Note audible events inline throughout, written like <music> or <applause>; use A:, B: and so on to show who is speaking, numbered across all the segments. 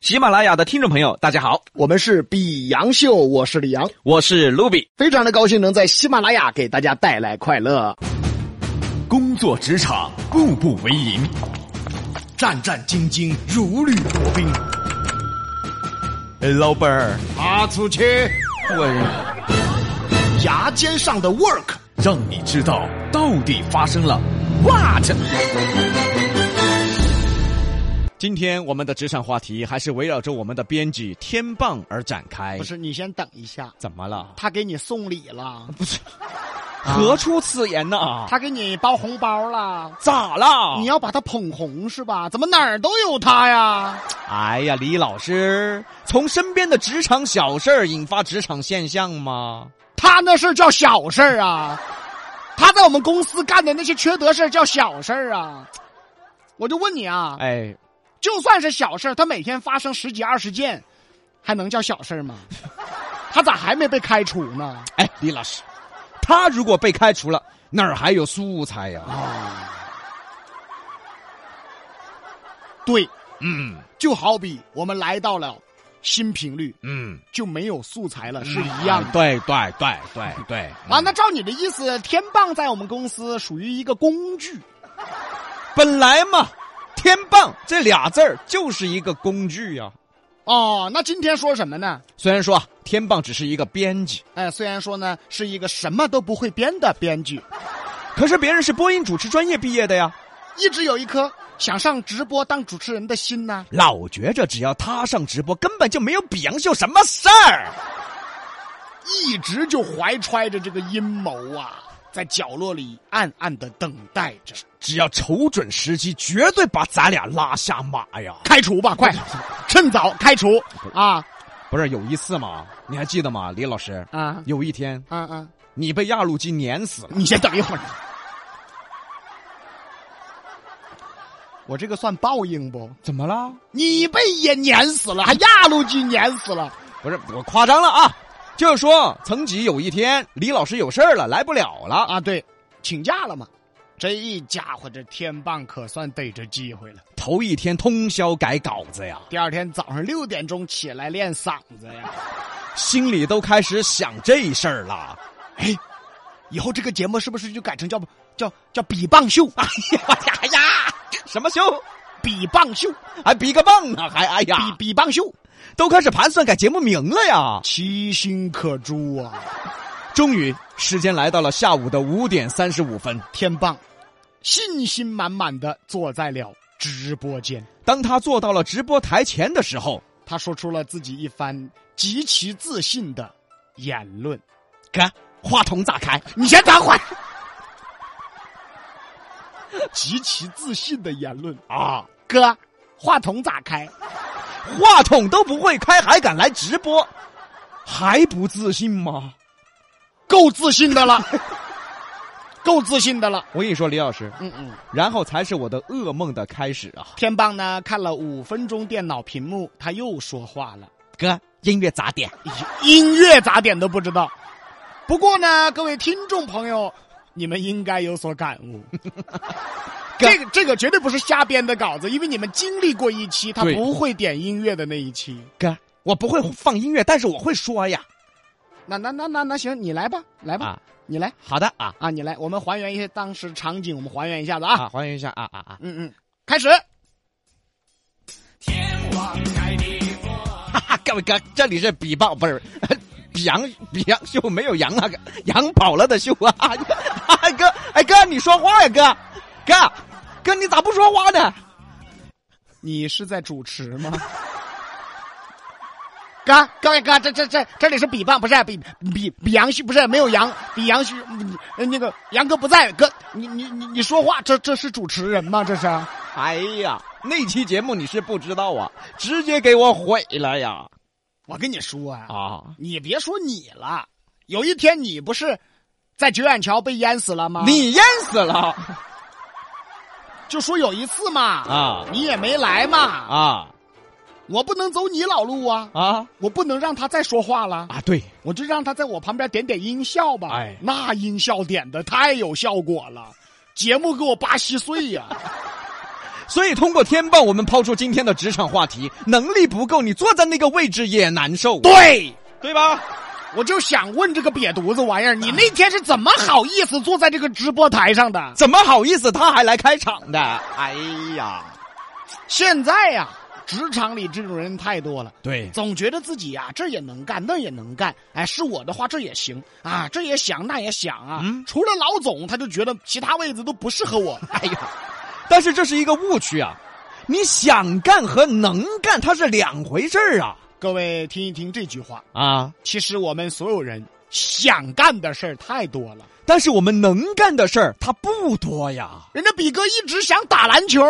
A: 喜马拉雅的听众朋友，大家好，
B: 我们是比杨秀，我是李阳，
A: 我是卢比。
B: 非常的高兴能在喜马拉雅给大家带来快乐。
C: 工作职场，步步为营，
D: 战战兢兢，如履薄冰。
A: 哎
C: 呃老板儿，
D: 爬出去，
C: 我
D: 牙尖上的 work，
C: 让你知道到底发生了 what。
A: 今天我们的职场话题还是围绕着我们的编辑天棒而展开。
B: 不是，你先等一下，
A: 怎么了？
B: 他给你送礼
D: 啊
B: 了，
A: 何出此言呐、
B: 他给你包红包
D: 啊
B: 了，
A: 啊咋了？
B: 你要把他捧红是吧？怎么哪儿都有他呀？
A: 哎呀，李老师，从身边的职场小事儿引发职场现象吗？
B: 他那事儿叫小事儿啊，他在我们公司干的那些缺德事儿叫小事儿啊。我就问你啊，
A: 哎，
B: 就算是小事儿，他每天发生十几二十件，还能叫小事
D: <laughs>
B: 儿吗？他咋还没被开除呢？
A: 哎，李老师，他如果被开除了，哪儿还有素材呀、
B: 对，
A: 嗯
B: 就好比我们来到了新频率，
A: 嗯，
B: 就没有素材了，嗯是一样的。
A: 对对对对对，
B: 啊，那照你的意思，天棒在我们公司属于一个工具，
A: 本来嘛，天棒这俩字儿就是一个工具呀、
B: 哦，那今天说什么呢？
A: 虽然说啊，天棒只是一个编辑，
B: 哎，虽然说呢是一个什么都不会编的编剧，
A: 可是别人是播音主持专业毕业的呀。
B: 一直有一颗想上直播当主持人的心呢。
A: 老觉着只要他上直播，根本就没有比杨秀什么事儿。
B: 一直就怀揣着这个阴谋啊，在角落里暗暗的等待着，
A: 只要瞅准时机，绝对把咱俩拉下马呀！
B: 开除吧，快，趁早开除啊
A: 不是有一次嘛，你还记得吗，李老师？
B: 啊
A: 有一天
B: 啊啊！
A: 你被压路机碾死了，
B: 你先等一会儿，我这个算报应不？
A: 怎么了？
B: 你被也碾死了，还压路机碾死了，
A: 不是我夸张了啊，就是说曾几有一天，李老师有事儿了，来不了了啊，
B: 啊，对，请假了嘛。这一家伙，这天棒可算逮着机会了。
A: 头一天通宵改稿子呀，
B: 第二天早上六点钟起来练嗓子呀。
A: 心里都开始想这事儿了。
B: 哎，以后这个节目是不是就改成叫叫叫比棒秀？
A: 哎呀哎呀呀，什么秀？
B: 比棒秀，
A: 还比个棒呢？还哎
B: 比
A: 呀，
B: 比棒秀，
A: 都开始盘算改节目名了呀。
B: 其心可诛啊！
A: 终于，时间来到了下午的五点三十五分。
B: 天棒，信心满满的坐在了直播间，
A: 当他坐到了直播台前的时候，
B: 他说出了自己一番极其自信的言论。
A: 看话筒咋开？
B: 你先等会儿。极其自信的言论啊，哥，话筒咋开？
A: 话筒都不会开，还敢来直播，还不自信吗？
B: 够自信的了，够自信的了。
A: 我跟你说，李老师，
B: 嗯嗯。
A: 然后才是我的噩梦的开始啊！
B: 天棒呢看了五分钟电脑屏幕，他又说话了，
A: 哥，音乐咋点？
B: 音乐咋点都不知道。不过呢，各位听众朋友，你们应该有所感
A: <laughs>
B: 悟。这个这个绝对不是瞎编的稿子，因为你们经历过一期他
A: 对
B: 不会点音乐的那一期。
A: 哥，我不会放音乐，但是我会说呀。
B: 那那那那那行，你来吧，来吧，
A: 啊
B: 你来
A: 好的啊
B: 啊，你来，我们还原一下当时场景，我们还原一下子啊。
A: 啊，还原一下啊啊啊！
B: 嗯嗯，开始。
A: 哈 <laughs> 哈，各位哥，这里是比报，不是 <laughs> 比杨比杨秀没有羊啊，羊跑了的秀啊！ <laughs> 哎哥，哎哥，你说话呀哥，哥，哥你咋不说话呢？
B: 你是在主持吗？ <laughs> 哥，各位哥，这这这这里是比棒，不是比比比杨旭，不是没有杨，比杨旭，嗯呃那个杨哥不在，哥，你你你你说话，这这是主持人吗？这是
A: 哎呀，那期节目你是不知道啊，直接给我毁了呀！
B: 我跟你说啊，
A: 啊，
B: 你别说你了，有一天你不是在九眼桥被淹死了吗？
A: 你淹死了
B: 就说有一次嘛，
A: 啊
B: 你也没来嘛，
A: 啊
B: 我不能走你老路啊，
A: 啊
B: 我不能让他再说话了。
A: 啊！对，
B: 我就让他在我旁边点点音效吧。
A: 哎
B: 那 <laughs> 音效点的太有效果了，节目给我扒稀碎呀、
A: 所以通过天报，我们抛出今天的职场话题：能力不够，你坐在那个位置也难受，
B: 对，
A: <laughs> 对哎吧？
B: 我就想问这个瘪犊子玩意儿，你那天是怎么好意思坐在这个直播台上的？
A: 怎么好意思，他还来开场的？哎呀，
B: 现在呀、职场里这种人太多了。
A: 对，
B: 总觉得自己呀、这也能干，那也能干，哎，是我的话这也行啊，这也想那也想啊。
A: 嗯
B: 除了老总，他就觉得其他位置都不适合我。
A: 哎呀，但是这是一个误区啊！你想干和能干它是两回事儿啊！
B: <laughs> 各位听一听这句话，
A: 啊，
B: 其实我们所有人想干的事儿太多了。
A: 但是我们能干的事儿它不多呀。
B: 人家比哥一直想打篮球，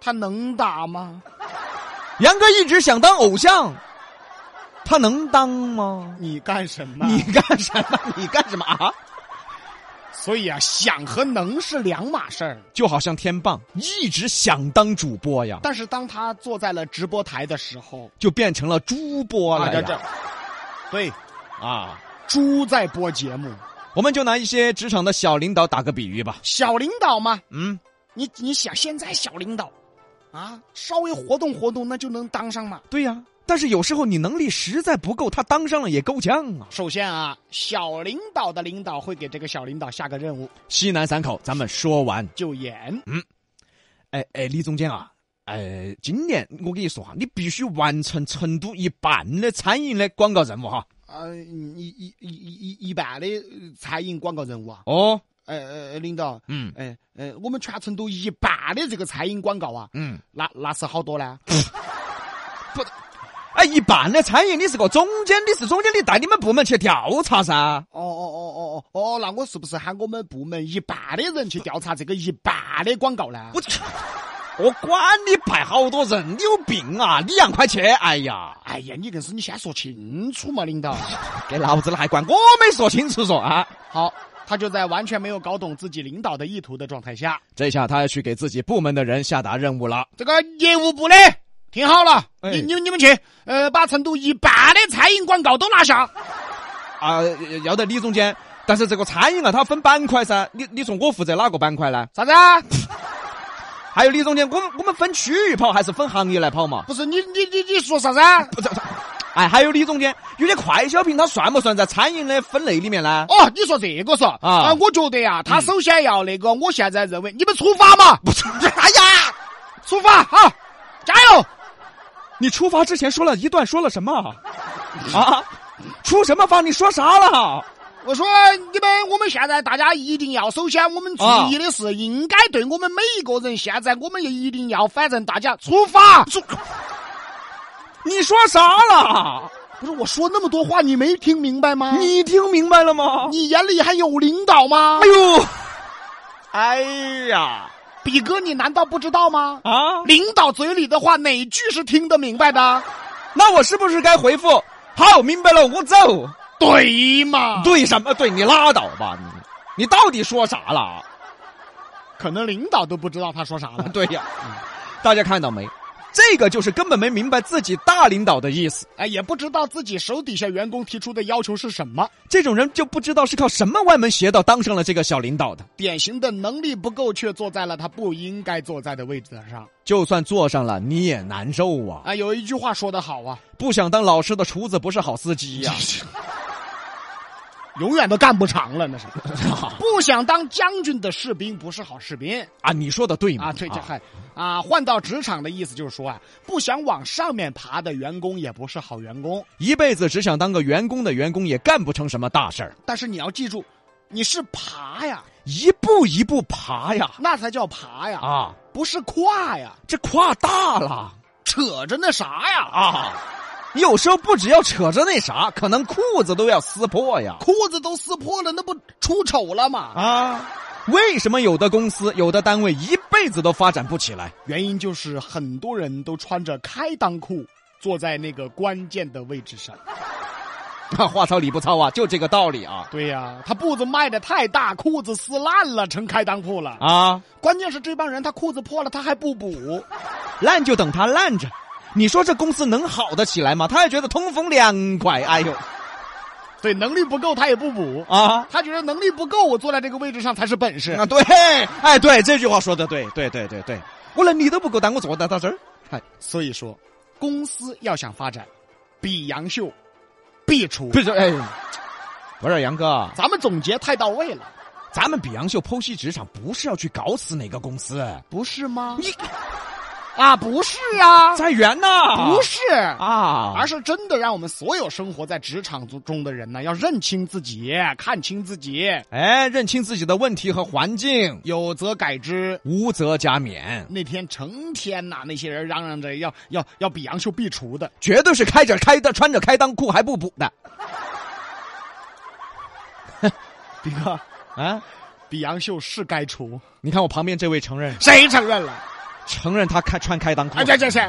B: 他能打吗？
A: 杨哥一直想当偶像，他能当吗？
B: 你干什么？
A: 你干什么？你干什么啊？
B: 所以啊，想和能是两码事儿。
A: 就好像天棒一直想当主播呀，
B: 但是当他坐在了直播台的时候，啊
A: 就变成了猪播了
B: 这
A: 呀
B: 这，对，
A: 啊！
B: 猪在播节目，
A: 我们就拿一些职场的小领导打个比喻吧。
B: 小领导嘛，
A: 嗯，
B: 你你想现在小领导，啊，稍微活动活动那就能当上嘛。
A: 对呀、但是有时候你能力实在不够，他当上了也够呛啊。
B: 首先啊，小领导的领导会给这个小领导下个任务，
A: 西南三口，咱们说完。
B: 就演。
A: 哎哎，李总监啊，哎，今年我跟你说哈，啊你必须完成成都一半的餐饮的广告任务哈。
B: 啊，一一一一一半的呃餐饮广告人物啊，
A: 哦，
B: 呃呃，领导，
A: 嗯
B: 哎呃，我们全成都一半的这个餐饮广告啊，
A: 嗯，
B: 那那是好多呢？
A: 哎，一半的餐饮你是个总监，你是总监，你带你们部门去调查噻。
B: 哦哦哦哦哦哦，那我是不是喊我们部门一半的人去调查这个一半的广告呢？
A: 我去，我管你派好多人，你有病啊！你让快去！哎呀，
B: 哎呀，你硬是你先说清楚嘛，领导。
A: 给老子了还管我没说清楚说啊！
B: 好，他就在完全没有搞懂自己领导的意图的状态下，
A: 这下他要去给自己部门的人下达任务了。
B: 这个业务部的听好了，
A: 哎
B: 你你们你们去，呃，把成都一半的餐饮广告都拿下。
A: 啊、要得，李总监。但是这个餐饮啊，它分板块噻，你你说我负责哪个板块呢？
B: 啥子啊？
A: 还有李总监，我们我们分区域跑还是分行业来跑嘛？
B: 不是你你你你说啥子？啊？
A: 哎，还有李总监，有些快消品它算不算在餐饮的分类里面呢？
B: 哦，你说这个说
A: 啊
B: 我觉得呀，他首先要那个，我现在认为你们出发嘛，
A: 不是，哎呀，
B: 出发好，加油！
A: 你出发之前说了一段，说了什么啊？啊，出什么发？你说啥了？
B: 我说你们，我们现在大家一定要，首先我们注意的是，应该对我们每一个人，现在我们也一定要，反正大家出发。
A: 你说啥了？
B: 不是我说那么多话，你没听明白吗？
A: 你听明白了吗？
B: 你眼里还有领导吗
A: 哎？呦，哎呀
B: 比哥，你难道不知道吗？
A: 啊！
B: 领导嘴里的话，哪句是听得明白的？
A: 那我是不是该回复？好，明白了，我走。
B: 对嘛？
A: 对什么？对你拉倒吧你！你到底说啥了？。
B: 可能领导都不知道他说啥了
A: 啊对呀，大家看到没？这个就是根本没明白自己大领导的意思，
B: <laughs> 哎，也不知道自己手底下员工提出的要求是什么，
A: 这种人就不知道是靠什么歪门邪道当上了这个小领导的。
B: 典型的能力不够，却坐在了他不应该坐在的位置上。
A: 就算坐上了，你也难受啊！
B: 啊，有一句话说得好啊，
A: 不想当老师的厨子不是好司机呀、
B: <laughs> 永远都干不长了，那 <laughs> 是。不想当将军的士兵不是好士兵
A: 啊！你说的对吗？
B: 啊！对，这还啊，换到职场的意思就是说啊，不想往上面爬的员工也不是好员工。
A: 一辈子只想当个员工的员工，也干不成什么大事儿。
B: 但是你要记住，你是爬呀，
A: 一步一步爬呀！
B: 那才叫爬呀，
A: 啊，
B: 不是跨呀，
A: 这跨大了
B: 扯着那啥呀啊，
A: 啊！你有时候不只要扯着那啥，可能裤子都要撕破呀！
B: 裤子都撕破了，那不出丑了吗？
A: 啊，为什么有的公司、有的单位一辈子都发展不起来？ <laughs>
B: 原因就是很多人都穿着开裆裤，坐在那个关键的位置上。
A: 话糙理不糙啊，就这个道理啊！
B: 对呀、他步子迈的太大，裤子撕烂了，成开裆裤了。
A: 啊，
B: 关键是这帮人他裤子破了，他还不补。
A: 烂就等它烂着。你说这公司能好得起来吗？他还觉得通风凉快。哎呦，
B: 对，能力不够他也不补啊，
A: 啊。
B: 他觉得能力不够，我坐在这个位置上才是本事。
A: 啊，对，哎，对，这句话说的对，对，对，对，对，我能力都不够，但我做得到这儿，哎，
B: 所以说，公司要想发展，比杨秀，必出。
A: 不是，哎，不是杨哥，
B: 咱们总结太到位了，
A: 咱们比杨秀剖析职场不是要去搞死哪个公司，
B: 不是吗？
A: 你
B: 啊，不是啊，
A: 在圆呐，
B: 不是
A: 啊，
B: 而是真的让我们所有生活在职场中中的人呢，要认清自己，看清自己，
A: 哎，认清自己的问题和环境，
B: 有则改之。
A: 无则加勉，
B: 那天成天呐、那些人嚷嚷着要要要比杨秀必除的，
A: 绝对是开着开裆穿着开裆裤还不补的
B: 比哥，
A: 啊！
B: 比杨秀是该除，
A: 你看我旁边这位承认，
B: 谁承认了？
A: 承认他开穿开裆裤。
B: 哎，这这这，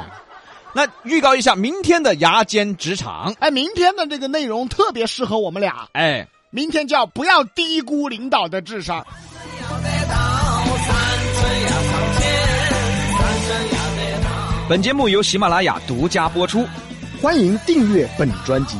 A: 那预告一下明天的牙尖职场，
B: 哎，明天的这个内容特别适合我们俩，
A: 哎，
B: 明天叫不要低估领导的智商。
C: 本节目由喜马拉雅独家播出。
D: 欢迎订阅本专辑，